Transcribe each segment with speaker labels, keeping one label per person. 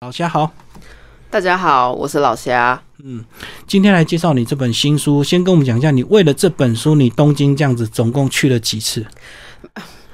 Speaker 1: 老虾好，
Speaker 2: 大家好，我是老虾。
Speaker 1: 今天来介绍你这本新书，先跟我们讲一下，你为了这本书，你东京这样子总共去了几次？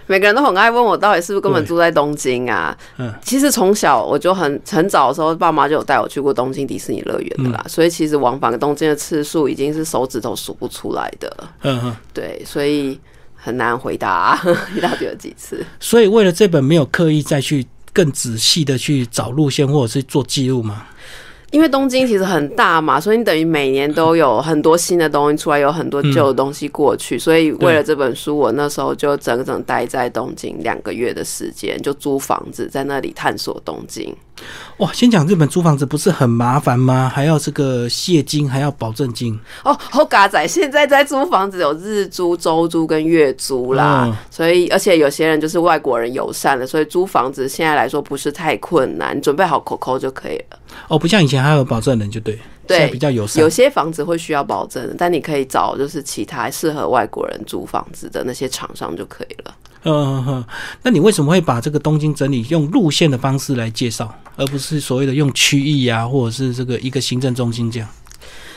Speaker 2: 每个人都很爱问我，到底是不是根本
Speaker 1: 对
Speaker 2: 住在东京啊？
Speaker 1: 嗯，
Speaker 2: 其实从小我就很很早的时候，爸妈就有带我去过东京迪士尼乐园的啦，所以其实往返东京的次数已经是手指头数不出来的了。
Speaker 1: 嗯嗯，
Speaker 2: 对，所以很难回答、啊 你到底有几次？
Speaker 1: 所以为了这本没有刻意再去更仔细的去找路线或者是做记录嘛？
Speaker 2: 因为东京其实很大嘛，所以你等于每年都有很多新的东西出来，有很多旧的东西过去。所以为了这本书，我那时候就整整待在东京两个月的时间，就租房子在那里探索东京。
Speaker 1: 哇，先讲这本租房子不是很麻烦吗？还要这个谢金，还要保证金，
Speaker 2: 哦，好嘎仔，现在在租房子有日租、周租跟月租啦，
Speaker 1: 嗯
Speaker 2: 所以而且有些人就是外国人友善的，所以租房子现在来说不是太困难，你准备好口口就可以了。
Speaker 1: 哦，不像以前还有保证人就对，
Speaker 2: 对
Speaker 1: 现在比较友善
Speaker 2: 有。些房子会需要保证，但你可以找就是其他适合外国人租房子的那些厂商就可以了。
Speaker 1: 嗯嗯嗯，那你为什么会把这个东京整理用路线的方式来介绍，而不是所谓的用区域啊，或者是这个一个行政中心这样？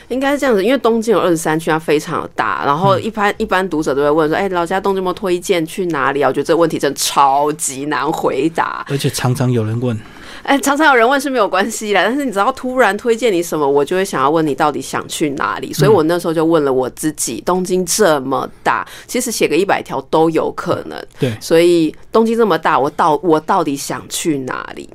Speaker 2: 应该是这样子，因为东京有二十三区，它非常的大。然
Speaker 1: 嗯
Speaker 2: 后一般、一般读者都会问说：“哎、老家东京有没有推荐去哪里啊？”我觉得这个问题真的超级难回答。
Speaker 1: 而且常常有人问，
Speaker 2: 哎、常常有人问是没有关系的，但是你只要突然推荐你什么，我就会想要问你到底想去哪里。所以我那时候就问了我自己：东京这么大，其实写个一百条都有可能。
Speaker 1: 对，
Speaker 2: 所以东京这么大，我到我到底想去哪里？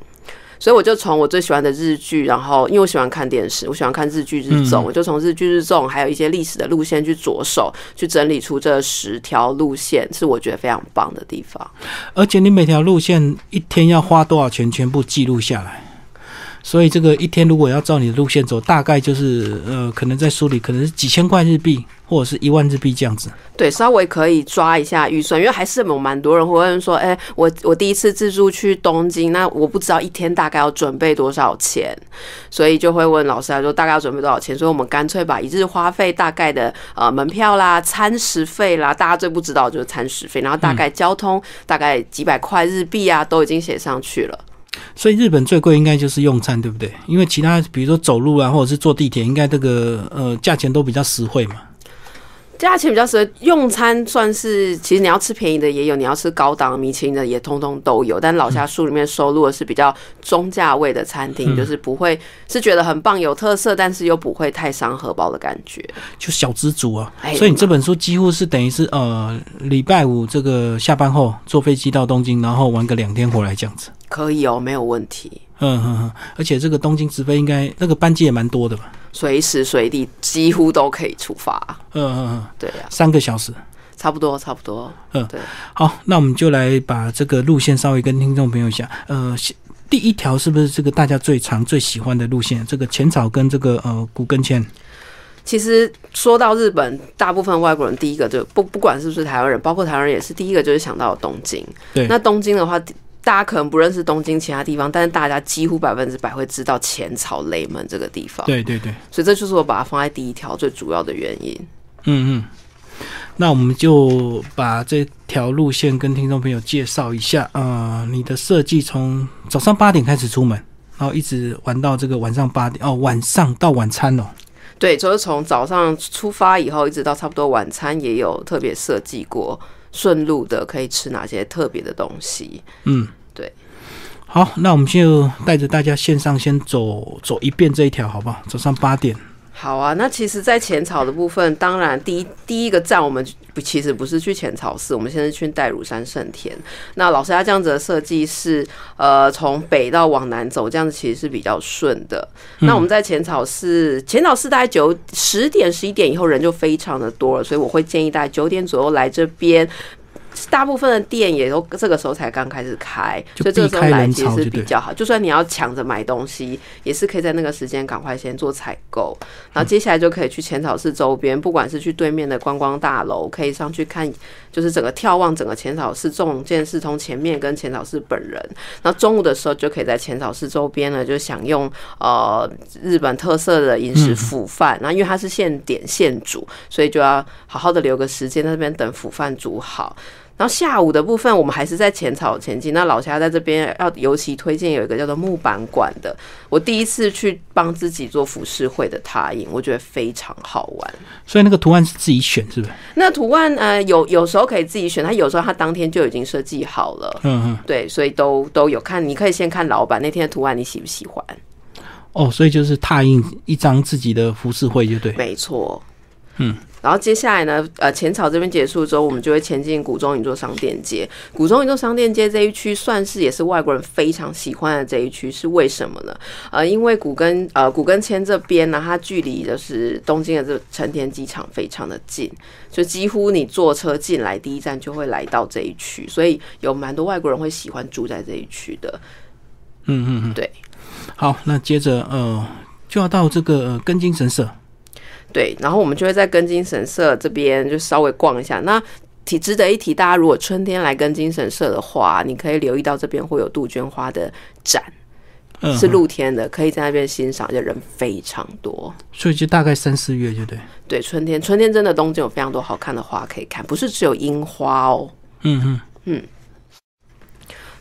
Speaker 2: 所以我就从我最喜欢的日剧，然后因为我喜欢看电视，我喜欢看日剧日综，
Speaker 1: 嗯
Speaker 2: 我就从日剧日综还有一些历史的路线去着手，去整理出这十条路线，是我觉得非常棒的地方。
Speaker 1: 而且你每条路线一天要花多少钱，全部记录下来。所以这个一天如果要照你的路线走，大概就是呃，可能在书里可能是几千块日币，或者是一万日币这样子。
Speaker 2: 对，稍微可以抓一下预算，因为还是有蛮多人会问说，哎、我我第一次自助去东京，那我不知道一天大概要准备多少钱，所以就会问老师来说大概要准备多少钱，所以我们干脆把一日花费大概的呃门票啦、餐食费啦，大家最不知道的就是餐食费，然后大概交通、大概几百块日币啊，都已经写上去了。
Speaker 1: 所以日本最贵应该就是用餐，对不对？因为其他比如说走路啊，或者是坐地铁，应该这个呃价钱都比较实惠嘛。
Speaker 2: 价钱比较适合用餐，算是其实你要吃便宜的也有，你要吃高档米其林的也通通都有。但老虾书里面收录的是比较中价位的餐厅，就是不会是觉得很棒、有特色，但是又不会太伤荷包的感觉。
Speaker 1: 就小资族啊
Speaker 2: 哎，
Speaker 1: 所以你这本书几乎是等于是呃礼拜五这个下班后坐飞机到东京，然后玩个两天回来这样子。
Speaker 2: 可以哦，没有问题，
Speaker 1: 嗯嗯嗯，而且这个东京直飞应该那个班机也蛮多的吧？
Speaker 2: 随时随地几乎都可以出发。
Speaker 1: 嗯嗯嗯，
Speaker 2: 对呀、
Speaker 1: 三个小时。
Speaker 2: 差不多，差不多。
Speaker 1: 好，那我们就来把这个路线稍微跟听众朋友讲。呃，先第一条是不是这个大家最常最喜欢的路线？这个浅草跟这个呃古根线。
Speaker 2: 其实说到日本，大部分外国人第一个就不不管是不是台湾人，包括台湾人也是第一个就是想到东京。
Speaker 1: 对
Speaker 2: 那东京的话，大家可能不认识东京其他地方，但是大家几乎百分之百会知道浅草雷门这个地方。，
Speaker 1: 对对对，
Speaker 2: 所以这就是我把它放在第一条最主要的原因。
Speaker 1: 嗯嗯。那我们就把这条路线跟听众朋友介绍一下。呃，你的设计从早上八点开始出门，然后一直玩到这个晚上八点哦，晚上到晚餐哦。
Speaker 2: 对，就是从早上出发以后，一直到差不多晚餐，也有特别设计过顺路的可以吃哪些特别的东西。
Speaker 1: 嗯，
Speaker 2: 对。
Speaker 1: 好，那我们就带着大家线上先走走一遍这一条，好不好？早上八点。
Speaker 2: 好啊，那其实，在浅草的部分，当然第一第一个站我们不其实不是去浅草寺，我们现在去代乳山圣田。那老师他这样子的设计是，呃，从北到往南走，这样子其实是比较顺的。
Speaker 1: 嗯
Speaker 2: 那我们在浅草寺，浅草寺大概九十点十一点以后人就非常的多了，所以我会建议大家九点左右来这边。大部分的店也都这个时候才刚开始开，
Speaker 1: 就
Speaker 2: 所以这个时候
Speaker 1: 避开
Speaker 2: 来
Speaker 1: 人
Speaker 2: 其
Speaker 1: 潮
Speaker 2: 实
Speaker 1: 就对
Speaker 2: 比较好。就算你要抢着买东西，也是可以在那个时间赶快先做采购。然后接下来就可以去浅草寺周边，不管是去对面的观光大楼，可以上去看，就是整个眺望整个浅草寺、重建寺从前面跟浅草寺本人。然后中午的时候就可以在浅草寺周边呢，就享用呃日本特色的饮食腐饭。然后因为它是现点现煮，所以就要好好的留个时间在那边等腐饭煮好。然后下午的部分，我们还是在浅草前进。那老虾在这边要尤其推荐有一个叫做木板馆的，我第一次去帮自己做服饰会的拓印，我觉得非常好玩。
Speaker 1: 所以那个图案是自己选，是不是？
Speaker 2: 那图案呃，有有时候可以自己选，它有时候它当天就已经设计好了，
Speaker 1: 嗯嗯。
Speaker 2: 对，所以都都有看。你可以先看老板那天的图案，你喜不喜欢？
Speaker 1: 哦，所以就是拓印一张自己的服饰会，就对。
Speaker 2: 没错，
Speaker 1: 嗯。
Speaker 2: 然后接下来呢，呃，浅草这边结束之后，我们就会前进古中银座商店街。古中银座商店街这一区算是也是外国人非常喜欢的这一区，是为什么呢？呃，因为古根呃古根签这边呢，它距离就是东京的这成田机场非常的近，就几乎你坐车进来第一站就会来到这一区，所以有蛮多外国人会喜欢住在这一区的。
Speaker 1: 嗯嗯嗯。
Speaker 2: 对。
Speaker 1: 好，那接着呃，就要到这个、呃、根津神社。
Speaker 2: 对，然后我们就会在根津神社这边就稍微逛一下。那提值得一提，大家如果春天来根津神社的话，你可以留意到这边会有杜鹃花的展，
Speaker 1: 嗯，
Speaker 2: 是露天的，可以在那边欣赏，而且人非常多。
Speaker 1: 所以就大概三四月，就对。
Speaker 2: 对，春天，春天真的东京有非常多好看的花可以看，不是只有樱花哦。
Speaker 1: 嗯嗯。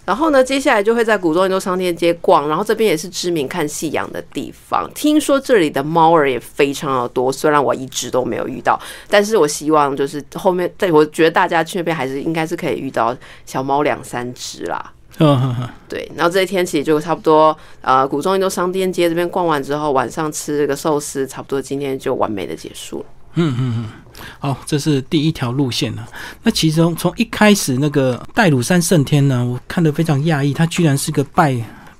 Speaker 2: 然后呢，接下来就会在古中一座商店街逛，然后这边也是知名看夕阳的地方。听说这里的猫儿也非常的多，虽然我一直都没有遇到，但是我希望就是后面，对我觉得大家去那边还是应该是可以遇到小猫两三只啦。
Speaker 1: 嗯嗯嗯。
Speaker 2: 对，然后这一天其实就差不多，呃，古中一座商店街这边逛完之后，晚上吃这个寿司，差不多今天就完美的结束了。
Speaker 1: 嗯嗯嗯，好，这是第一条路线呢、那其中从一开始那个戴鲁山圣天呢，我看得非常讶异，他居然是个拜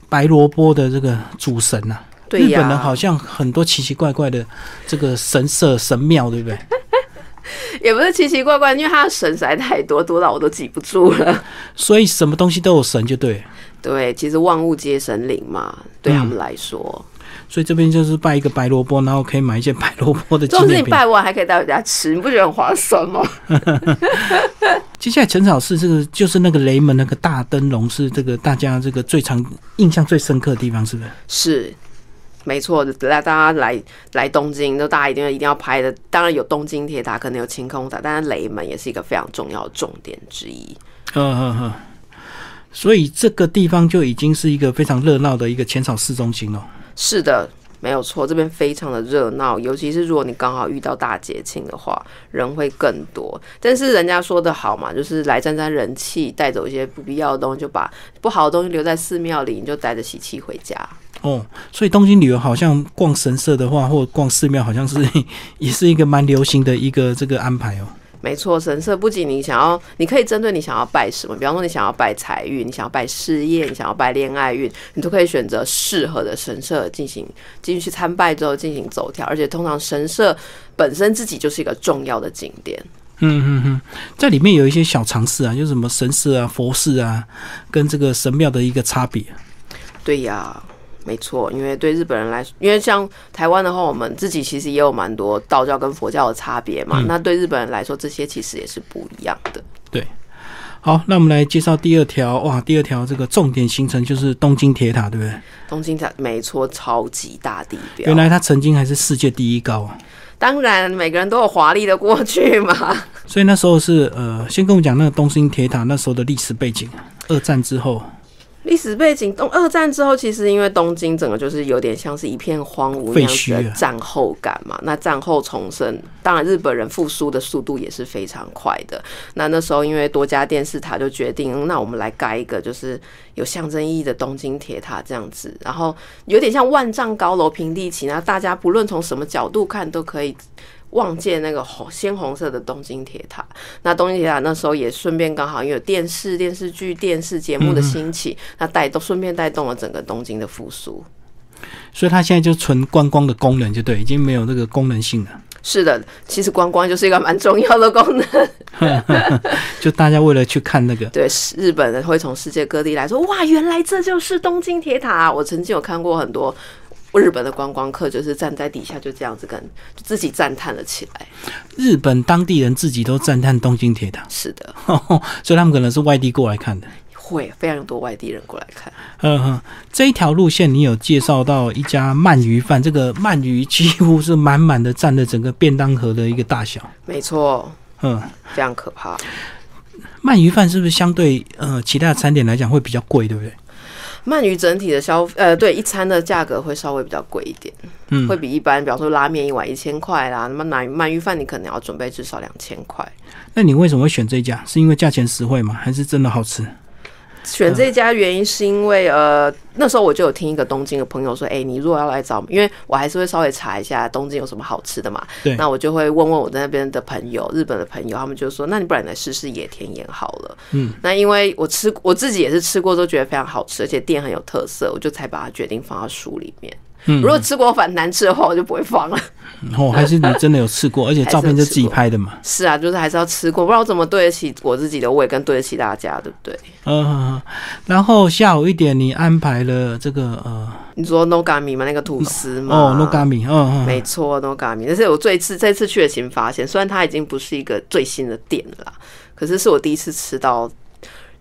Speaker 1: 白萝卜的这个主神啊呐、
Speaker 2: 对
Speaker 1: 日
Speaker 2: 呀、
Speaker 1: 本人好像很多奇奇怪怪的这个神社神庙，对不对？
Speaker 2: 也不是奇奇怪怪，因为它的神实在太多，多到我都记不住了。
Speaker 1: 所以什么东西都有神，就对了。
Speaker 2: 对，其实万物皆神灵嘛，对他
Speaker 1: 嗯
Speaker 2: 们来说，
Speaker 1: 所以这边就是拜一个白萝卜，然后可以买一些白萝卜的纪
Speaker 2: 这种事
Speaker 1: 念
Speaker 2: 情
Speaker 1: 品。
Speaker 2: 拜完还可以带回家吃，你不觉得很划算吗？
Speaker 1: 接下来陈草寺这个就是那个雷门那个大灯笼，是这个大家这个最常印象最深刻的地方，是不是？
Speaker 2: 是。没错，来大家来来东京，都大家一定一定要拍的。当然有东京铁塔，可能有晴空塔，但是雷门也是一个非常重要的重点之一。
Speaker 1: 嗯嗯嗯，所以这个地方就已经是一个非常热闹的一个浅草市中心了。
Speaker 2: 是的，没有错，这边非常的热闹，尤其是如果你刚好遇到大节庆的话，人会更多。但是人家说的好嘛，就是来沾沾人气，带走一些不必要的东西，就把不好的东西留在寺庙里，你就带着喜气回家。
Speaker 1: 哦，所以东京旅游好像逛神社的话，或逛寺庙，好像是 也是一个蛮流行的一个这个安排哦。
Speaker 2: 没错，神社不仅你想要，你可以针对你想要拜什么，比方说你想要拜财运，你想要拜事业，你想要拜恋爱运，你都可以选择适合的神社进行进去参拜之后进行走跳，而且通常神社本身自己就是一个重要的景点。
Speaker 1: 嗯嗯嗯，在里面有一些小常识啊，就是什么神社啊、佛寺啊，跟这个神庙的一个差别。
Speaker 2: 对呀，没错，因为对日本人来说，因为像台湾的话，我们自己其实也有蛮多道教跟佛教的差别
Speaker 1: 嗯
Speaker 2: 嘛。那对日本人来说，这些其实也是不一样的。
Speaker 1: 好，那我们来介绍第二条。哇，第二条这个重点行程就是东京铁塔，对不对？
Speaker 2: 东京塔没错，超级大地标。
Speaker 1: 原来它曾经还是世界第一高啊。
Speaker 2: 当然每个人都有华丽的过去嘛。
Speaker 1: 所以那时候是呃，先跟我讲那个东京铁塔那时候的历史背景，二战之后，
Speaker 2: 历史背景，东二战之后，其实因为东京整个就是有点像是一片荒芜那样子
Speaker 1: 废墟
Speaker 2: 的
Speaker 1: 啊
Speaker 2: 战后感嘛。那战后重生，当然日本人复苏的速度也是非常快的。那那时候因为多家电视塔就决定，嗯那我们来盖一个就是有象征意义的东京铁塔这样子，然后有点像万丈高楼平地起，那大家不论从什么角度看都可以。望见那个红鲜红色的东京铁塔，那东京铁塔那时候也顺便刚好因为有电视、电视剧、电视节目的兴起，那带动顺便带动了整个东京的复苏。
Speaker 1: 所以它现在就纯观光的功能，就对，已经没有那个功能性了。
Speaker 2: 是的，其实观光就是一个蛮重要的功能。
Speaker 1: 就大家为了去看那个，
Speaker 2: 对，是日本人会从世界各地来说，哇，原来这就是东京铁塔啊、我曾经有看过很多日本的观光客，就是站在底下就这样子跟就自己赞叹了起来。
Speaker 1: 日本当地人自己都赞叹东京铁塔，
Speaker 2: 是的，
Speaker 1: 所以他们可能是外地过来看的。
Speaker 2: 会非常多外地人过来看。
Speaker 1: 嗯哼，这一条路线你有介绍到一家鳗鱼饭，这个鳗鱼几乎是满满的占了整个便当盒的一个大小。
Speaker 2: 没错，
Speaker 1: 嗯，
Speaker 2: 非常可怕。
Speaker 1: 鳗鱼饭是不是相对呃其他的餐点来讲会比较贵，对不对？
Speaker 2: 鳗鱼整体的消呃，对一餐的价格会稍微比较贵一点，
Speaker 1: 嗯
Speaker 2: 会，比一般，比方说拉面一碗一千块啦，那么鳗鳗鱼饭你可能要准备至少两千块。
Speaker 1: 那你为什么会选这一家？是因为价钱实惠吗？还是真的好吃？
Speaker 2: 选这家原因是因为呃，那时候我就有听一个东京的朋友说，哎、你如果要来找，因为我还是会稍微查一下东京有什么好吃的嘛。
Speaker 1: 对
Speaker 2: 那我就会问问我在那边的朋友，日本的朋友，他们就说，那你不然你来试试野田盐好了。
Speaker 1: 嗯，
Speaker 2: 那因为我吃我自己也是吃过，都觉得非常好吃，而且店很有特色，我就才把它决定放到书里面。
Speaker 1: 嗯
Speaker 2: 如果吃过反难吃的话，我就不会放了。
Speaker 1: 然后哦还是你真的有吃 过，而且照片就自己拍的嘛？
Speaker 2: 是啊，就是还是要吃过，不然我怎么对得起我自己的胃，跟对得起大家，对不对？
Speaker 1: 嗯，然后下午一点你安排了这个呃
Speaker 2: 你说 Nogami 吗？那个吐司吗？
Speaker 1: 哦 Nogami，嗯
Speaker 2: 没
Speaker 1: 嗯，
Speaker 2: 错，Nogami，这是我这一次这次去的新发现。虽然它已经不是一个最新的店了啦，可是是我第一次吃到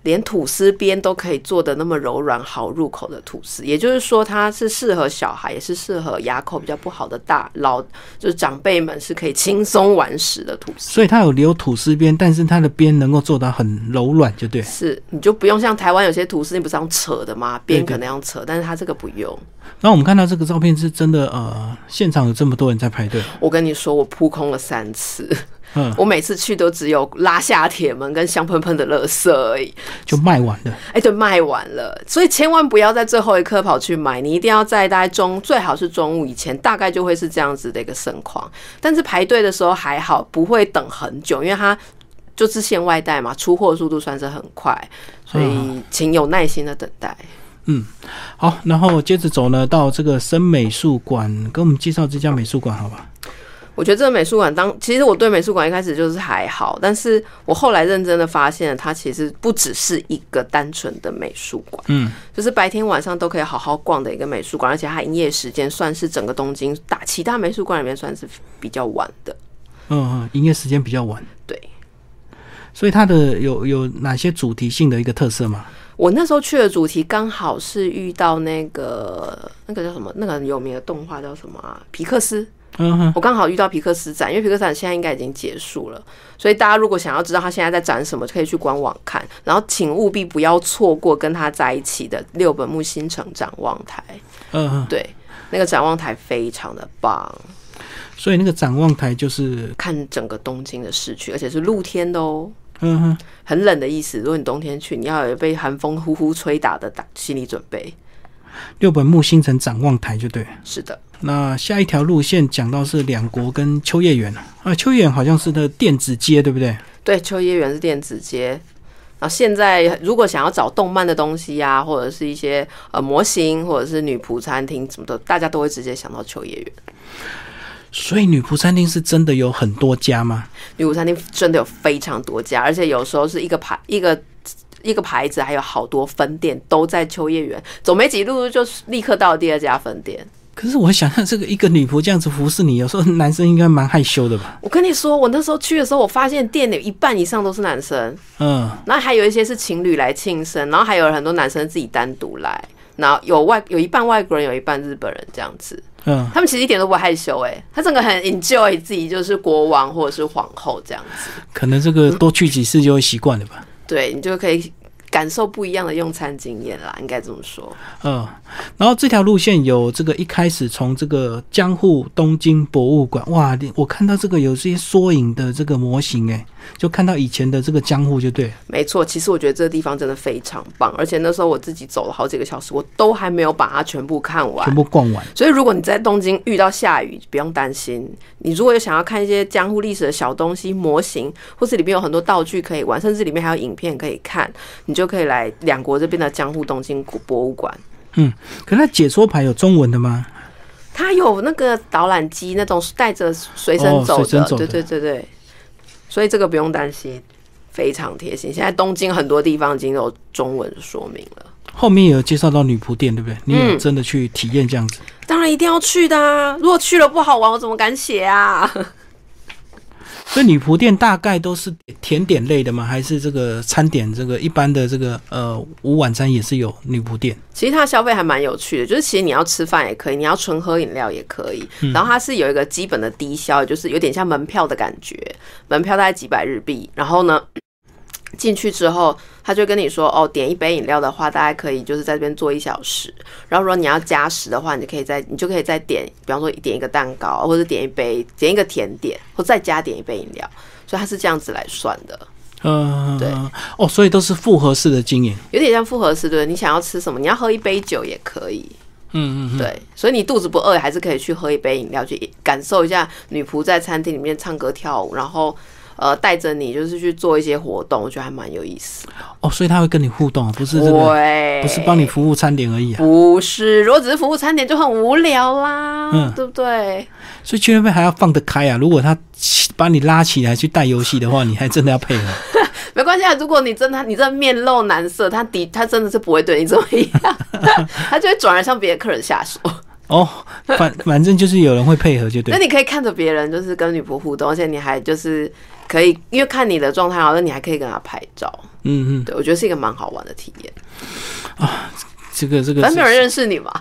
Speaker 2: 连吐司边都可以做的那么柔软、好入口的吐司。也就是说，它是适合小孩，也是适合牙口比较不好的大老，就是长辈们是可以轻松玩食的吐司。
Speaker 1: 所以它有留吐司边，但是它的边能够做到很柔软，就对。
Speaker 2: 是，你就不用像台湾有些吐司，你不是用扯的吗？边
Speaker 1: 对对
Speaker 2: 可能要扯，但是它这个不用。
Speaker 1: 那我们看到这个照片是真的，呃，现场有这么多人在排队，
Speaker 2: 我跟你说，我扑空了三次，
Speaker 1: 嗯，
Speaker 2: 我每次去都只有拉下铁门跟香喷喷的垃圾而已。
Speaker 1: 就卖完了。
Speaker 2: 哎，对，卖完了，所以千万不要在最后一刻跑去买，你一定要在大概中，最好是中午以前，大概就会是这样子的一个盛况。但是排队的时候还好，不会等很久，因为它就是限外带嘛，出货速度算是很快，所以请有耐心的等待。
Speaker 1: 好，然后接着走呢，到这个森美术馆，跟我们介绍这家美术馆，好吧？
Speaker 2: 我觉得这个美术馆当，其实我对美术馆一开始就是还好，但是我后来认真的发现，它其实不只是一个单纯的美术馆，
Speaker 1: 嗯，
Speaker 2: 就是白天晚上都可以好好逛的一个美术馆，而且它营业时间算是整个东京大其他美术馆里面算是比较晚的，
Speaker 1: 嗯，嗯营业时间比较晚，
Speaker 2: 对。
Speaker 1: 所以它的有有哪些主题性的一个特色吗？
Speaker 2: 我那时候去的主题刚好是遇到那个那个叫什么，那个很有名的动画叫什么啊？皮克斯，
Speaker 1: 嗯哼，
Speaker 2: 我刚好遇到皮克斯展，因为皮克斯展现在应该已经结束了，所以大家如果想要知道他现在在展什么，可以去官网看。然后请务必不要错过跟他在一起的六本木新城展望台，
Speaker 1: 嗯哼，
Speaker 2: 对，那个展望台非常的棒，
Speaker 1: 所以那个展望台就是，
Speaker 2: 看整个东京的市区，而且是露天的哦。
Speaker 1: 嗯哼，
Speaker 2: 很冷的意思，如果你冬天去，你要有被寒风呼呼吹打的打心理准备。
Speaker 1: 六本木新城展望台就对。
Speaker 2: 是的，
Speaker 1: 那下一条路线讲到是两国跟秋叶原啊，啊秋叶原好像是的电子街，对不对？
Speaker 2: 对，秋叶原是电子街。然后现在如果想要找动漫的东西呀、啊，或者是一些呃模型，或者是女仆餐厅什么的，大家都会直接想到秋叶原。
Speaker 1: 所以女仆餐厅是真的有很多家吗？
Speaker 2: 女仆餐厅真的有非常多家，而且有时候是一个牌一个。一个牌子还有好多分店都在秋叶原，走没几路就立刻到第二家分店。
Speaker 1: 可是我想象这个一个女仆这样子服侍你，有时候男生应该蛮害羞的吧？
Speaker 2: 我跟你说，我那时候去的时候，我发现店里一半以上都是男生，
Speaker 1: 嗯，
Speaker 2: 然后还有一些是情侣来庆生，然后还有很多男生自己单独来，然后有外有一半外国人，有一半日本人这样子。
Speaker 1: 嗯，
Speaker 2: 他们其实一点都不害羞、哎，他整个很 enjoy 自己就是国王或者是皇后这样子，
Speaker 1: 可能这个多去几次就会习惯了吧。
Speaker 2: 对你就可以感受不一样的用餐经验啦，应该这么说。
Speaker 1: 嗯，然后这条路线有这个一开始从这个江户东京博物馆，哇，你我看到这个有这些缩影的这个模型，诶，就看到以前的这个江户就对了。
Speaker 2: 没错，其实我觉得这个地方真的非常棒，而且那时候我自己走了好几个小时，我都还没有把它全部看完
Speaker 1: 全。部逛完，
Speaker 2: 所以，如果你在东京遇到下雨，不用担心。你如果有想要看一些江户历史的小东西、模型，或是里面有很多道具可以玩，甚至里面还有影片可以看，你就可以来两国这边的江户东京博物馆。
Speaker 1: 可是它解说牌有中文的吗？
Speaker 2: 它有那个导览机，那种带着随身
Speaker 1: 哦
Speaker 2: 走
Speaker 1: 随身
Speaker 2: 的，
Speaker 1: 走
Speaker 2: 对
Speaker 1: 的
Speaker 2: 对对对。所以这个不用担心，非常贴心。现在东京很多地方已经有中文说明了。
Speaker 1: 后面有介绍到女仆店，对不对？你有
Speaker 2: 嗯
Speaker 1: 真的去体验这样子？
Speaker 2: 当然一定要去的啊！如果去了不好玩，我怎么敢写啊？
Speaker 1: 所以女仆店大概都是甜点类的吗？还是这个餐点？这个一般的这个呃午晚餐也是有女仆店？
Speaker 2: 其实它的消费还蛮有趣的，就是其实你要吃饭也可以，你要纯喝饮料也可以。然后它是有一个基本的低消，就是有点像门票的感觉，门票大概几百日币。然后呢， 进去之后，他就跟你说哦，点一杯饮料的话，大概可以就是在这边坐一小时。然后如果你要加时的话，你就可以再你就可以再点，比方说点一个蛋糕，或者点一杯点一个甜点，或再加点一杯饮料。所以它是这样子来算的，
Speaker 1: 嗯、
Speaker 2: 对
Speaker 1: 哦，所以都是复合式的经营。
Speaker 2: 有点像复合式，对不对？你想要吃什么，你要喝一杯酒也可以，
Speaker 1: 嗯嗯嗯，
Speaker 2: 对。所以你肚子不饿，还是可以去喝一杯饮料，去感受一下女仆在餐厅里面唱歌跳舞，然后呃带着你就是去做一些活动，我觉得还蛮有意思的。
Speaker 1: 哦，所以他会跟你互动，不是这个，
Speaker 2: 对，
Speaker 1: 不是帮你服务餐点而已啊。
Speaker 2: 不是，如果只是服务餐点就很无聊啦，
Speaker 1: 嗯
Speaker 2: 对不对？
Speaker 1: 所以千万还要放得开啊！如果他起把你拉起来去带游戏的话，你还真的要配合。
Speaker 2: 没关系啊，如果你真的你真的面露难色，他的他真的是不会对你怎么样，他就会转而向别的客人下手。
Speaker 1: 哦，反反正就是有人会配合就对
Speaker 2: 那。你可以看着别人就是跟女仆互动，而且你还就是可以，因为看你的状态好，那你还可以跟他拍照。
Speaker 1: 嗯嗯，
Speaker 2: 对我觉得是一个蛮好玩的体验，
Speaker 1: 这个这个
Speaker 2: 反正没有人
Speaker 1: 是
Speaker 2: 认识你嘛。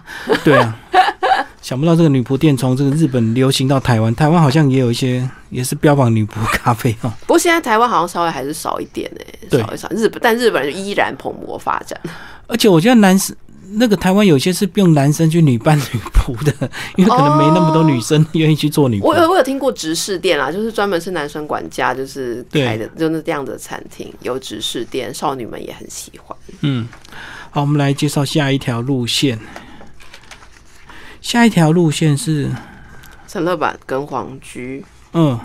Speaker 1: 对啊。 想不到这个女仆店从这个日本流行到台湾，台湾好像也有一些也是标榜女仆咖啡哦。
Speaker 2: 不过现在台湾好像稍微还是少一点哎、
Speaker 1: 对
Speaker 2: 少一少。日本但日本人依然蓬勃发展。
Speaker 1: 而且我觉得男生那个台湾有些是用男生去女扮女仆的，因为可能没那么多女生愿意去做女仆。
Speaker 2: 我有我有听过直视店啦，就是专门是男生管家就是开的，就那这样的餐厅有直视店，少女们也很喜欢。
Speaker 1: 嗯，好，我们来介绍下一条路线。下一条路线是，
Speaker 2: 神乐版跟皇居，
Speaker 1: 嗯，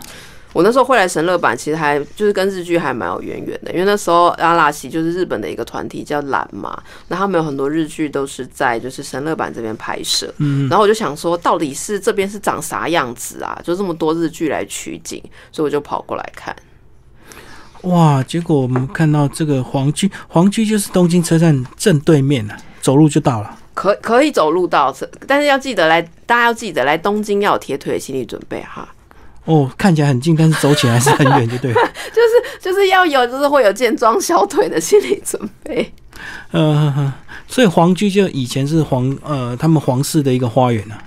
Speaker 2: 我那时候会来神乐版，其实还就是跟日剧还蛮有渊源的，因为那时候阿拉西就是日本的一个团体叫蓝嘛，那他们有很多日剧都是在就是神乐版这边拍摄，
Speaker 1: 嗯
Speaker 2: 然后我就想说到底是这边是长啥样子啊，就这么多日剧来取景，所以我就跑过来看。
Speaker 1: 哇，结果我们看到这个皇居，皇居就是东京车站正对面啊，走路就到了。
Speaker 2: 可可以走路到这，但是要记得来，大家要记得来东京要有铁腿的心理准备哈，
Speaker 1: 哦，看起来很近，但是走起来是很远，就对了。
Speaker 2: 就是要有就是会有健壮小腿的心理准备。
Speaker 1: 嗯、呃，所以皇居就以前是皇呃他们皇室的一个花园啊。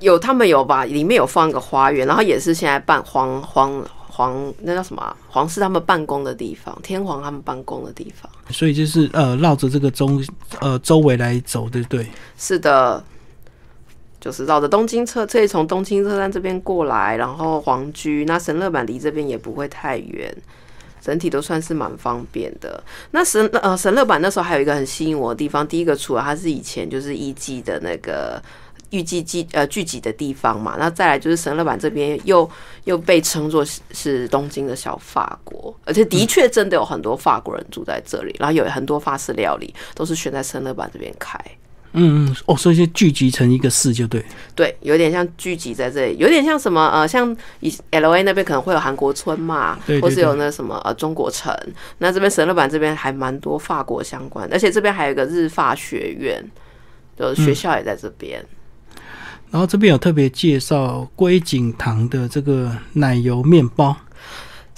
Speaker 2: 有他们有吧，里面有放一个花园，然后也是现在办皇皇皇那叫什么啊、皇室他们办公的地方，天皇他们办公的地方。
Speaker 1: 所以就是呃绕着这个中呃周围来走，对不对？
Speaker 2: 是的，就是绕着东京车，可以从东京车站这边过来，然后皇居那神乐坂离这边也不会太远，整体都算是蛮方便的。那神呃神乐坂那时候还有一个很吸引我的地方，第一个除了它是以前就是一季的那个。预计集呃聚集的地方嘛，那再来就是神乐坂这边又又被称作是是东京的小法国，而且的确真的有很多法国人住在这里，然后有很多法式料理都是选在神乐坂这边开。
Speaker 1: 嗯嗯，哦，所以就聚集成一个市，就对。
Speaker 2: 对，有点像聚集在这里，有点像什么呃，像以 L A 那边可能会有韩国村嘛，
Speaker 1: 对对
Speaker 2: 或是
Speaker 1: 对
Speaker 2: 有那什么呃中国城，那这边神乐坂这边还蛮多法国相关，而且这边还有一个日法学院，就是学校也在这边。
Speaker 1: 嗯然后这边有特别介绍龟井堂的这个奶油面包，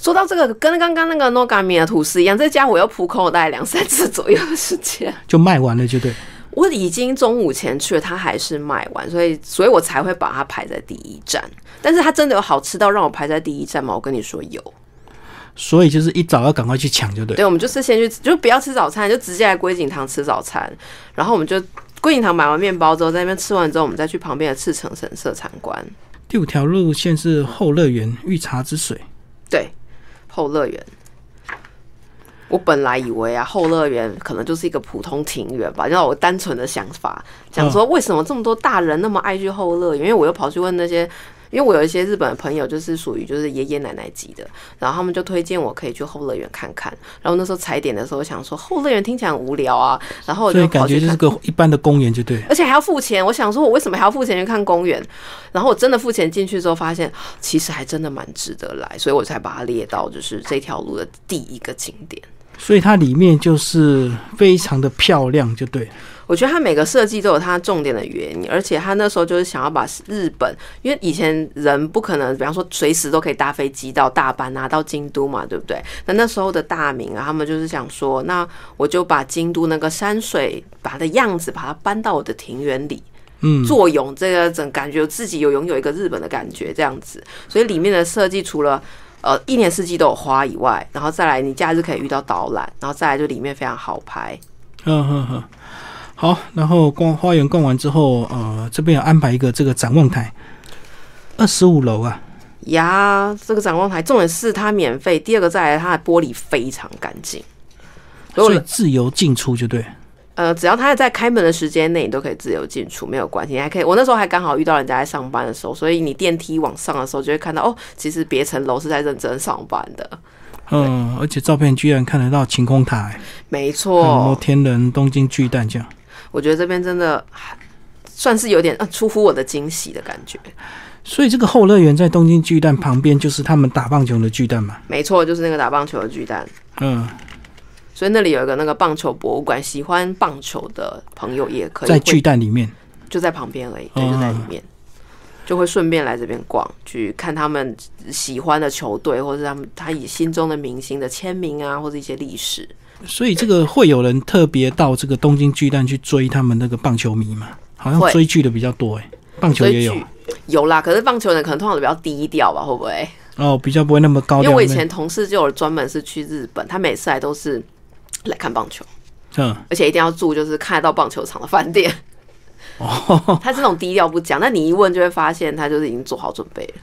Speaker 2: 说到这个，跟刚刚那个 Nogami 的吐司一样，这家我又扑空了大概两三次左右的时间。
Speaker 1: 就卖完了，就对。
Speaker 2: 我已经中午前去了，它还是卖完，所以所以我才会把它排在第一站。但是它真的有好吃到让我排在第一站吗？我跟你说有。
Speaker 1: 所以就是一早要赶快去抢，就对。
Speaker 2: 对，我们就是先去，就不要吃早餐，就直接来龟井堂吃早餐。然后我们就龟井堂买完面包之后，在那边吃完之后，我们再去旁边的赤城神社参观。
Speaker 1: 第五条路线是后乐园御茶之水，
Speaker 2: 对，后乐园。我本来以为啊，后乐园可能就是一个普通庭园吧，让我单纯的想法，想说为什么这么多大人那么爱去后乐园？因为我又跑去问那些，因为我有一些日本的朋友，就是属于就是爷爷奶奶级的，然后他们就推荐我可以去后乐园看看。然后那时候踩点的时候，我想说后乐园听起来很无聊啊，然后我
Speaker 1: 所以
Speaker 2: 就
Speaker 1: 感
Speaker 2: 跑去
Speaker 1: 觉就是
Speaker 2: 看。
Speaker 1: 个一般的公园，就对。
Speaker 2: 而且还要付钱，我想说，我为什么还要付钱去看公园？然后我真的付钱进去之后，发现其实还真的蛮值得来，所以我才把它列到就是这条路的第一个景点。
Speaker 1: 所以它里面就是非常的漂亮，就对。
Speaker 2: 我觉得它每个设计都有它重点的原因，而且它那时候就是想要把日本，因为以前人不可能，比方说随时都可以搭飞机到大阪啊，到京都嘛，对不对？那那时候的大明啊，他们就是想说，那我就把京都那个山水，把它的样子，把它搬到我的庭园里。
Speaker 1: 嗯，
Speaker 2: 坐拥这个整感觉自己有拥有一个日本的感觉这样子，所以里面的设计除了呃一年四季都有花以外，然后再来你假日可以遇到导览，然后再来就里面非常好拍。
Speaker 1: 嗯嗯嗯，好，然后逛花园逛完之后，呃，这边有安排一个这个展望台，二十五楼啊，
Speaker 2: 呀，这个展望台重点是它免费，第二个再来它的玻璃非常干净，
Speaker 1: 所
Speaker 2: 如果
Speaker 1: 以自由进出就对。
Speaker 2: 呃，只要他在开门的时间内，你都可以自由进出，没有关系。你还可以，我那时候还刚好遇到人家在上班的时候，所以你电梯往上的时候就会看到，哦，其实别层楼是在认真上班 的，
Speaker 1: 嗯，而且照片居然看得到晴空塔、欸，
Speaker 2: 没
Speaker 1: 看得到
Speaker 2: 错。
Speaker 1: 天人、东京巨蛋这样。
Speaker 2: 我觉得这边真的还算是有点、呃、出乎我的惊喜的感觉。
Speaker 1: 所以这个后乐园在东京巨蛋旁边，就是他们打棒球的巨蛋嘛。
Speaker 2: 没错，就是那个打棒球的巨蛋，
Speaker 1: 嗯，
Speaker 2: 所以那里有一个那个棒球博物馆，喜欢棒球的朋友也可以
Speaker 1: 在
Speaker 2: 会
Speaker 1: 巨蛋里面。
Speaker 2: 就在旁边而已，对，就在里面，就会顺便来这边逛，去看他们喜欢的球队，或者他们他以心中的明星的签名啊，或者一些历史。
Speaker 1: 所以这个会有人特别到这个东京巨蛋去追他们那个棒球迷嘛？好像
Speaker 2: 会
Speaker 1: 追剧的比较多哎、棒球
Speaker 2: 所
Speaker 1: 也
Speaker 2: 以
Speaker 1: 有
Speaker 2: 去有啦，可是棒球人可能通常都比较低调吧，会不会？
Speaker 1: 哦，比较不会那么高
Speaker 2: 因
Speaker 1: 调
Speaker 2: 为
Speaker 1: 那。
Speaker 2: 我以前同事就有专门是去日本，他每次来都是来看棒球，
Speaker 1: 嗯
Speaker 2: 而且一定要住就是看得到棒球场的饭店。
Speaker 1: 哦，
Speaker 2: 他这种低调不讲，但你一问就会发现他就是已经做好准备了。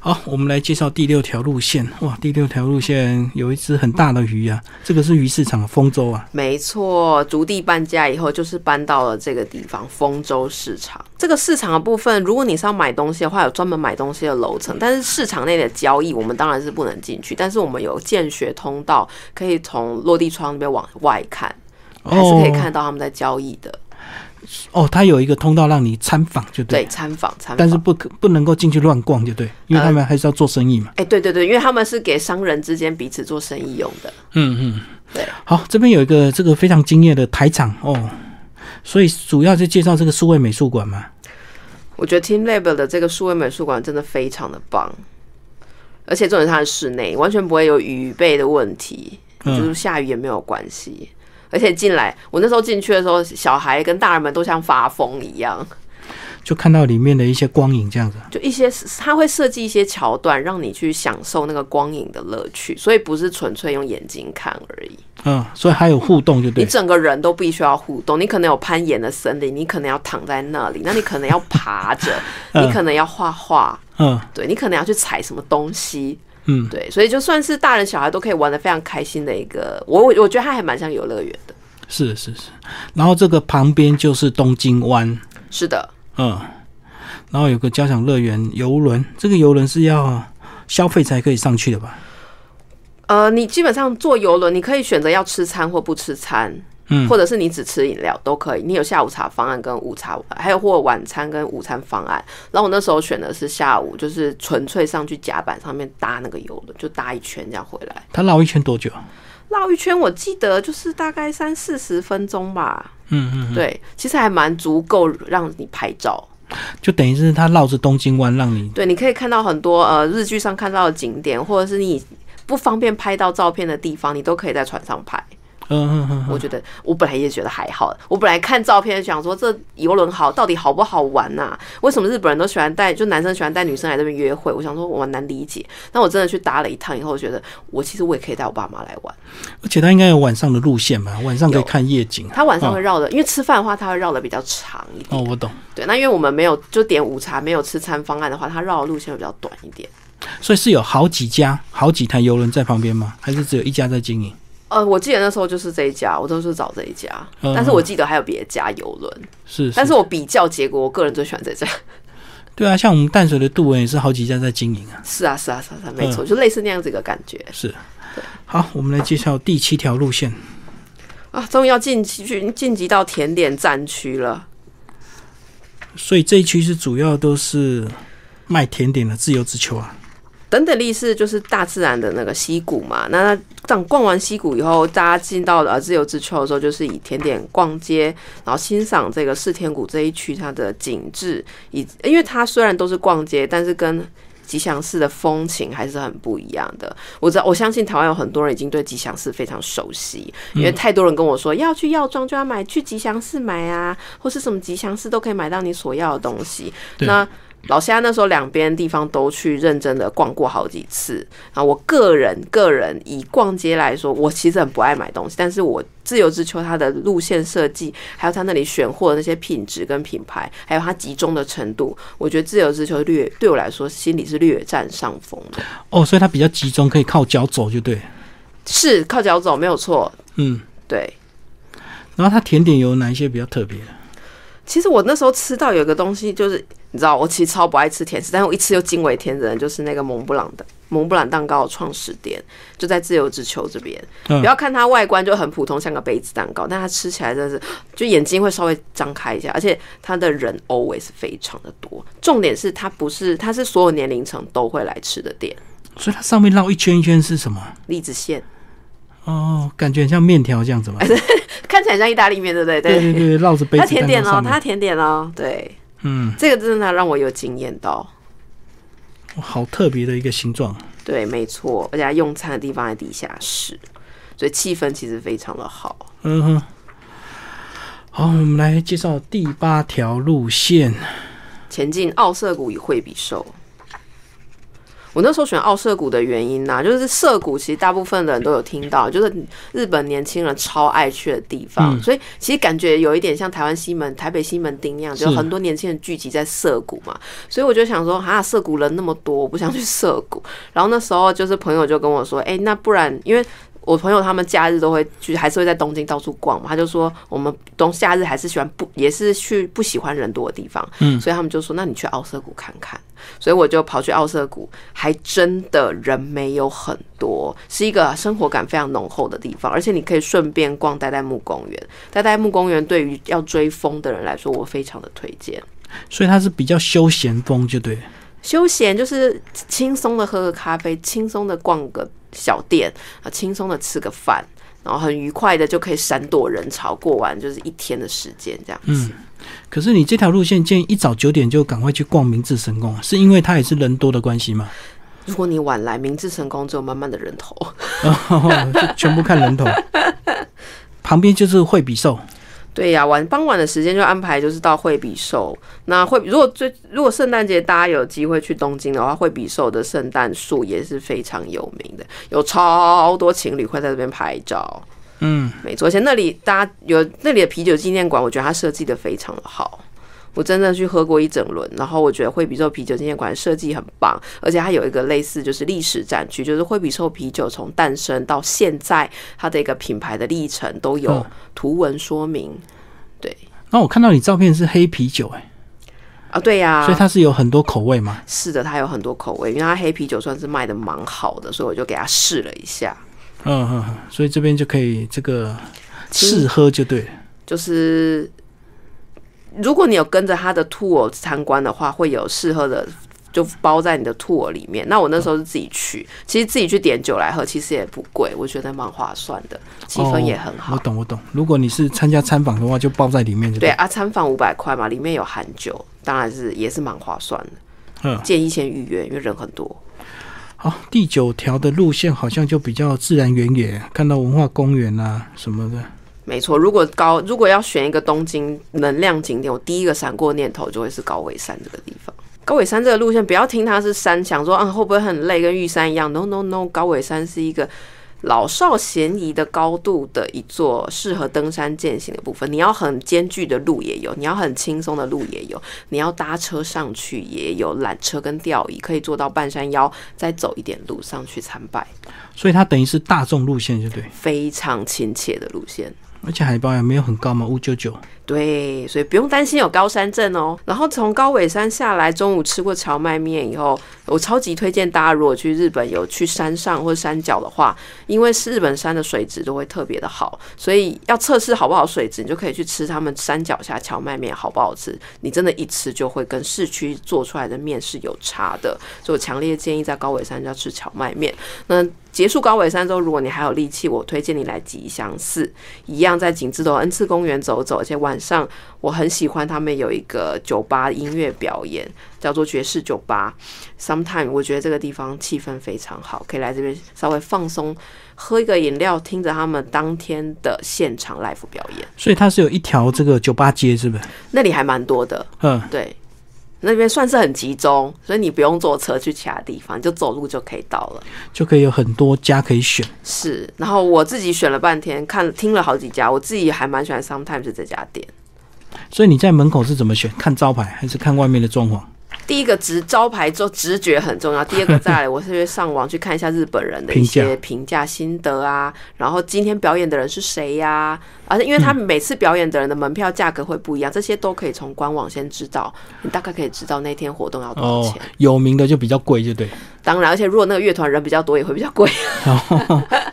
Speaker 1: 好，我们来介绍第六条路线。哇，第六条路线有一只很大的鱼啊，这个是鱼市场的丰州啊。
Speaker 2: 没错，竹地搬家以后，就是搬到了这个地方——丰州市场。这个市场的部分，如果你是要买东西的话，有专门买东西的楼层，但是市场内的交易，我们当然是不能进去。但是我们有建学通道，可以从落地窗那边往外看，哦还是可以看到他们在交易的。
Speaker 1: 哦，它有一个通道让你参访，就对
Speaker 2: 对，
Speaker 1: 了。
Speaker 2: 参访呃参
Speaker 1: 但是
Speaker 2: 访。
Speaker 1: 不可不能够进去乱逛，就对，因为他们还是要做生意嘛。
Speaker 2: 哎、对对对，因为他们是给商人之间彼此做生意用的。
Speaker 1: 嗯嗯，
Speaker 2: 对。
Speaker 1: 好，这边有一个这个非常敬业的台场哦，所以主要就介绍这个数位美术馆嘛。
Speaker 2: 我觉得 Team Lab 的这个数位美术馆真的非常的棒，而且重点是它的室内，完全不会有雨备的问题，
Speaker 1: 嗯
Speaker 2: 就是下雨也没有关系。而且进来，我那时候进去的时候，小孩跟大人们都像发疯一样，
Speaker 1: 就看到里面的一些光影这样子。
Speaker 2: 就一些他会设计一些桥段，让你去享受那个光影的乐趣，所以不是纯粹用眼睛看而已，
Speaker 1: 嗯，所以还有互动，就
Speaker 2: 你
Speaker 1: 对。
Speaker 2: 整个人都必须要互动。你可能有攀岩的森林，你可能要躺在那里，那你可能要爬着， 你可能要画画，
Speaker 1: 嗯
Speaker 2: 对你可能要去采什么东西，
Speaker 1: 嗯，
Speaker 2: 对，所以就算是大人小孩都可以玩的非常开心的一个，我我我觉得它还蛮像游乐园的。
Speaker 1: 是是是。然后这个旁边就是东京湾，
Speaker 2: 是的，
Speaker 1: 嗯，然后有个交响乐园游轮，这个游轮是要消费才可以上去的吧？
Speaker 2: 呃，你基本上坐游轮，你可以选择要吃餐或不吃餐，
Speaker 1: 嗯
Speaker 2: 或者是你只吃饮料都可以。你有下午茶方案跟午茶，还有或晚餐跟午餐方案。然后我那时候选的是下午，就是纯粹上去甲板上面搭那个游轮，就搭一圈这样回来，
Speaker 1: 它绕一圈多久？
Speaker 2: 绕一圈。我记得就是大概三四十分钟吧。
Speaker 1: 嗯嗯，
Speaker 2: 对，其实还蛮足够让你拍照。
Speaker 1: 就等于是它绕着东京湾让你。
Speaker 2: 对，你可以看到很多呃日剧上看到的景点，或者是你不方便拍到照片的地方，你都可以在船上拍。
Speaker 1: 嗯嗯嗯
Speaker 2: 我觉得我本来也觉得还好，我本来看照片想说这游轮好到底好不好玩呐、为什么日本人都喜欢带就男生喜欢带女生来这边约会？我想说我很难理解。但我真的去搭了一趟以后，我觉得我其实我也可以带我爸妈来玩。
Speaker 1: 嗯，而且它应该有晚上的路线吧？晚上可以
Speaker 2: 有
Speaker 1: 看夜景。
Speaker 2: 他晚上会绕的，因为吃饭的话他会绕的比较长一
Speaker 1: 哦，
Speaker 2: 点。
Speaker 1: 我懂。
Speaker 2: 对，那因为我们没有就点午茶没有吃餐方案的话，他绕的路线会比较短一点。
Speaker 1: 所以是有好几家、好几台游轮在旁边吗？还是只有一家在经营？
Speaker 2: 呃，我记得那时候就是这一家，我都是找这一家，
Speaker 1: 嗯
Speaker 2: 但是我记得还有别的家游轮，
Speaker 1: 是，
Speaker 2: 但是我比较结果，我个人最喜欢这家。
Speaker 1: 对啊，像我们淡水的渡轮也是好几家在经营啊。
Speaker 2: 是啊，是啊，是啊，是啊没
Speaker 1: 嗯
Speaker 2: 错，就类似那样子一个感觉
Speaker 1: 是。好，我们来介绍第七条路线。
Speaker 2: 啊。终于要晋级去晋级到甜点战区了，
Speaker 1: 所以这一区是主要都是卖甜点的自由之丘啊。
Speaker 2: 等等力是就是大自然的那个溪谷嘛。那当逛完溪谷以后，大家进到呃自由之丘的时候，就是以甜点逛街，然后欣赏这个四天谷这一区它的景致，以因为它虽然都是逛街，但是跟吉祥寺的风情还是很不一样的。我知道，我相信台湾有很多人已经对吉祥寺非常熟悉，因为太多人跟我说要去药妆就要买去吉祥寺买啊，或是什么吉祥寺都可以买到你所要的东西。
Speaker 1: 对
Speaker 2: 那老师他那时候两边地方都去认真的逛过好几次。啊，我个人个人以逛街来说，我其实很不爱买东西，但是我自由之秋它的路线设计，还有它那里选货的那些品质跟品牌，还有它集中的程度，我觉得自由之秋略对我来说心里是略占上风的。
Speaker 1: 哦，所以它比较集中，可以靠脚走就对。
Speaker 2: 是靠脚走没有错，
Speaker 1: 嗯，
Speaker 2: 对。
Speaker 1: 然后它甜点有哪一些比较特别的？
Speaker 2: 其实我那时候吃到有一个东西，就是你知道，我其实超不爱吃甜食，但是我一吃就惊为天人，就是那个蒙布朗的蒙布朗蛋糕的创始店，就在自由之丘这边。
Speaker 1: 嗯
Speaker 2: 不要看它外观就很普通，像个杯子蛋糕，但它吃起来真的是，就眼睛会稍微张开一下，而且它的人 always 非常的多。重点是它不是，它是所有年龄层都会来吃的店，
Speaker 1: 所以它上面绕一圈一圈是什么？
Speaker 2: 栗子馅
Speaker 1: 哦，感觉很像面条这样子嘛。
Speaker 2: 看起来像意大利面，对不对？
Speaker 1: 对对对，绕着杯
Speaker 2: 它
Speaker 1: 子
Speaker 2: 甜
Speaker 1: 蛋
Speaker 2: 点
Speaker 1: 糕
Speaker 2: 哦
Speaker 1: 上，面。
Speaker 2: 它甜点哦，对，
Speaker 1: 嗯，
Speaker 2: 这个真的让我有惊艳到。
Speaker 1: 哇哦好特别的一个形状。
Speaker 2: 对，没错，而且它用餐的地方在地下室，所以气氛其实非常的好。
Speaker 1: 嗯哼。好，我们来介绍第八条路线。
Speaker 2: 前进奥瑟谷与惠比寿。我那时候选奥瑟谷的原因呢、就是涩谷其实大部分的人都有听到，就是日本年轻人超爱去的地方，所以其实感觉有一点像台湾西门、台北西门町那样，就是很多年轻人聚集在涩谷嘛。所以我就想说，哈，涩谷人那么多，我不想去涩谷。然后那时候就是朋友就跟我说，哎、那不然因为。我朋友他们假日都会去，还是会在东京到处逛嘛。他就说，我们冬夏日还是喜欢不，也是去不喜欢人多的地方。
Speaker 1: 嗯
Speaker 2: 所以他们就说，那你去奥瑟谷看看。所以我就跑去奥瑟谷，还真的人没有很多，是一个生活感非常浓厚的地方，而且你可以顺便逛代代木公园。代代木公园对于要追风的人来说，我非常的推荐。
Speaker 1: 所以它是比较休闲风，就对了。
Speaker 2: 休闲就是轻松的喝个咖啡，轻松的逛个小店啊，轻松的吃个饭，然后很愉快的就可以闪躲人潮，过完就是一天的时间这样子。
Speaker 1: 可是你这条路线建议一早九点就赶快去逛明治神宫啊，是因为它也是人多的关系吗？
Speaker 2: 如果你晚来，明治神宫只有满满的人头。
Speaker 1: 哦，就全部看人 头。旁边就是惠比寿，
Speaker 2: 对呀、晚傍晚的时间就安排就是到惠比寿。那惠如果最如果圣诞节大家有机会去东京的话，惠比寿的圣诞树也是非常有名的，有超多情侣会在这边拍照。
Speaker 1: 嗯，
Speaker 2: 没错，而且那里大家有那里的啤酒纪念馆，我觉得它设计的非常的好。我真的去喝过一整轮，然后我觉得惠比寿啤酒纪念馆设计很棒，而且它有一个类似就是历史展区，就是惠比寿啤酒从诞生到现在它的一个品牌的历程都有
Speaker 1: 嗯
Speaker 2: 图文说明。
Speaker 1: 那我看到你照片是黑啤酒、欸，
Speaker 2: 啊，对呀、
Speaker 1: 所以它是有很多口味嘛。
Speaker 2: 是的，它有很多口味，因为它黑啤酒算是卖的蛮好的，所以我就给它试了一下，
Speaker 1: 嗯嗯，嗯所以这边就可以这个
Speaker 2: 请
Speaker 1: 试喝就对了。
Speaker 2: 就是。如果你有跟着它的 tour 参观的话，会有适合的，就包在你的 tour 里面。那我那时候是自己去，其实自己去点酒来喝，其实也不贵，我觉得蛮划算的，气氛也很好。
Speaker 1: 哦我懂我懂，如果你是参加参访的话，就包在里面就
Speaker 2: 对
Speaker 1: 对了。
Speaker 2: 啊，餐房五百块嘛，里面有含酒，当然是也是蛮划算的。
Speaker 1: 嗯，
Speaker 2: 建议先预约，因为人很多。
Speaker 1: 好，第九条的路线好像就比较自然原野，看到文化公园啊什么的。
Speaker 2: 没错，如果高如果要选一个东京能量景点，我第一个闪过念头就会是高尾山这个地方。高尾山这个路线，不要听它是山，想说啊会不会很累，跟玉山一样？No No No，高尾山是一个老少咸宜的高度的一座适合登山健行的部分。你要很艰巨的路也有，你要很轻松的路也有，你要搭车上去也有，缆车跟吊椅可以坐到半山腰，再走一点路上去参拜，
Speaker 1: 所以它等于是大众路线，就对，
Speaker 2: 非常亲切的路线。
Speaker 1: 而且海拔也没有很高嘛，五九九。
Speaker 2: 对，所以不用担心有高山症哦。然后从高尾山下来，中午吃过荞麦面以后，我超级推荐大家，如果去日本有去山上或山脚的话，因为是日本山的水质都会特别的好，所以要测试好不好水质，你就可以去吃他们山脚下荞麦面好不好吃。你真的一吃就会跟市区做出来的面是有差的，所以我强烈建议在高尾山要吃荞麦面。那结束高尾山之后，如果你还有力气，我推荐你来吉祥寺。一样在景之头恩赐公园走走，而且晚上我很喜欢他们有一个酒吧音乐表演，叫做爵士酒吧。Sometime 我觉得这个地方气氛非常好，可以来这边稍微放松，喝一个饮料，听着他们当天的现场 live 表演，
Speaker 1: 所以它是有一条这个酒吧街，是不是？
Speaker 2: 那里还蛮多的。
Speaker 1: 嗯，
Speaker 2: 对，那边算是很集中，所以你不用坐车去其他地方，你就走路就可以到了。
Speaker 1: 就可以有很多家可以选。
Speaker 2: 是，然后我自己选了半天，看听了好几家，我自己还蛮喜欢 Sometimes 这家店。
Speaker 1: 所以你在门口是怎么选？看招牌还是看外面的装潢？
Speaker 2: 第一个直招牌之后直觉很重要，第二个再来，我是会上网去看一下日本人的一
Speaker 1: 评
Speaker 2: 些评价心得啊，然后今天表演的人是谁呀、而且因为他们每次表演的人的门票价格会不一样，这些都可以从官网先知道，你大概可以知道那天活动要多少
Speaker 1: 哦
Speaker 2: 钱。，
Speaker 1: 有名的就比较贵，就对。
Speaker 2: 当然，而且如果那个乐团人比较多，也会比较贵，
Speaker 1: 然后，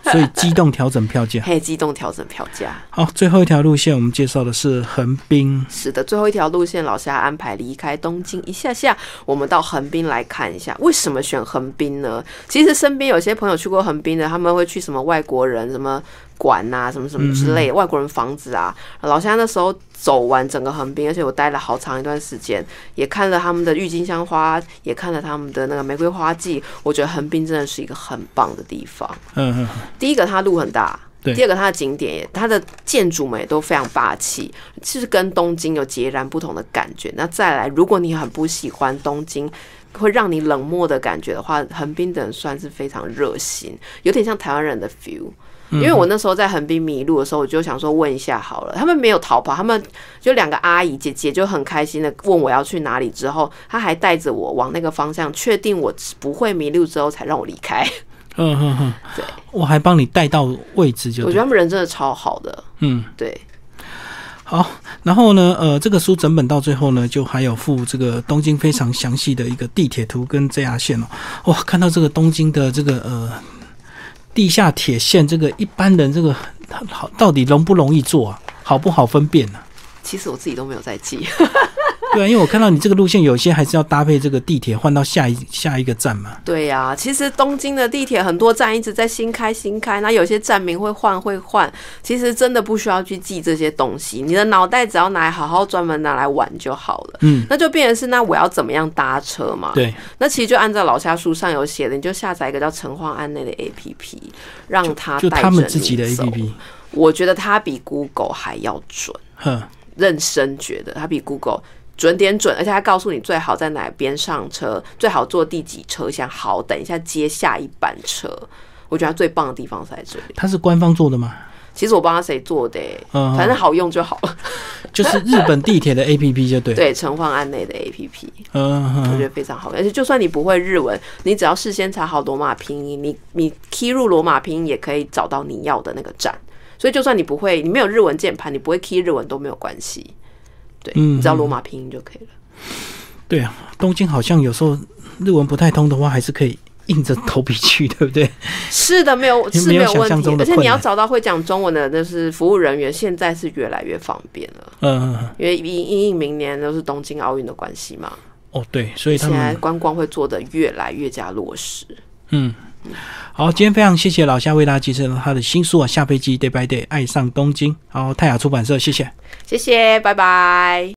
Speaker 1: 所以机动调整票价。
Speaker 2: 可以机动调整票价。
Speaker 1: 好，最后一条路线我们介绍的是横滨。
Speaker 2: 是的，最后一条路线，老师还安排离开东京一下下，我们到横滨来看一下。为什么选横滨呢？其实身边有些朋友去过横滨的，他们会去什么外国人什么馆啊，什么什么之类的，外国人房子啊。老乡那时候走完整个横滨，而且我待了好长一段时间，也看了他们的郁金香花，也看了他们的那个玫瑰花季。我觉得横滨真的是一个很棒的地方。
Speaker 1: 嗯嗯，
Speaker 2: 第一个它路很大。
Speaker 1: 对
Speaker 2: 第二个，它的景点也，它的建筑们也都非常霸气，是跟东京有截然不同的感觉。那再来，如果你很不喜欢东京，会让你冷漠的感觉的话，横滨的人算是非常热心，有点像台湾人的 feel。因为我那时候在横滨迷路的时候，我就想说问一下好了，他们没有逃跑，他们就两个阿姨姐姐就很开心的问我要去哪里，之后她还带着我往那个方向，确定我不会迷路之后才让我离开。
Speaker 1: 嗯嗯嗯，
Speaker 2: 对，
Speaker 1: 我还帮你带到位置就
Speaker 2: 我觉
Speaker 1: 对
Speaker 2: 得。他们人真的超好的，
Speaker 1: 嗯，
Speaker 2: 对，
Speaker 1: 好。然后呢，呃，这个书整本到最后呢，就还有附这个东京非常详细的一个地铁图跟 JR 线哦。哇，看到这个东京的这个呃地下铁线，这个一般人这个好到底容不容易做啊？好不好分辨呢、
Speaker 2: 其实我自己都没有在记。
Speaker 1: 对啊，因为我看到你这个路线有些还是要搭配这个地铁换到下一下一个站嘛。
Speaker 2: 对呀、其实东京的地铁很多站一直在新开新开，那有些站名会换会换，其实真的不需要去记这些东西，你的脑袋只要拿来好好专门拿来玩就好了。
Speaker 1: 嗯，
Speaker 2: 那就变成是，那我要怎么样搭车嘛？
Speaker 1: 对，
Speaker 2: 那其实就按照老下书上有写的，你就下载一个叫城隍安内的 APP，让他
Speaker 1: 就
Speaker 2: 带
Speaker 1: 他们
Speaker 2: 着
Speaker 1: 自己
Speaker 2: 你
Speaker 1: 的
Speaker 2: 走
Speaker 1: APP。
Speaker 2: 我觉得它比 Google 还要准。
Speaker 1: 哼，
Speaker 2: 认真觉得它比 Google 准点准，而且它告诉你最好在哪边上车，最好坐第几车厢，好等一下接下一班车。我觉得它最棒的地方是在这里。
Speaker 1: 它是官方做的吗？
Speaker 2: 其实我不知道它谁做的、欸，
Speaker 1: 嗯，
Speaker 2: 反正好用就 好了。
Speaker 1: 就是日本地铁的 APP 就对。，
Speaker 2: 对，城隍案内的 APP，
Speaker 1: 嗯
Speaker 2: 我觉
Speaker 1: 哼，
Speaker 2: 得非常好用。而且就算你不会日文，你只要事先查好罗马拼音，你你 key 入罗马拼音也可以找到你要的那个站。所以就算你不会，你没有日文键盘，你不会 key 日文都没有关系。对，
Speaker 1: 嗯
Speaker 2: 你知道罗马拼音就可以了。
Speaker 1: 对啊，东京好像有时候日文不太通的话，还是可以硬着头皮去， 对不对？
Speaker 2: 是的，没有
Speaker 1: 也
Speaker 2: 是
Speaker 1: 没有
Speaker 2: 没有
Speaker 1: 想
Speaker 2: 问
Speaker 1: 象
Speaker 2: 题
Speaker 1: 中，的
Speaker 2: 而且
Speaker 1: 困
Speaker 2: 你要
Speaker 1: 难
Speaker 2: 找到会讲中文的，就是服务人员，现在是越来越方便了，
Speaker 1: 嗯，嗯
Speaker 2: 因为因因应明年都是东京奥运的关系嘛，
Speaker 1: 哦对，所以他
Speaker 2: 现在
Speaker 1: 们
Speaker 2: 观光会做的越来越加落实。
Speaker 1: 嗯。好，今天非常谢谢老夏为大家介绍他的新书啊，《下飞机 Day by Day 爱上东京》，然后泰雅出版社，谢谢。
Speaker 2: 谢谢，拜拜。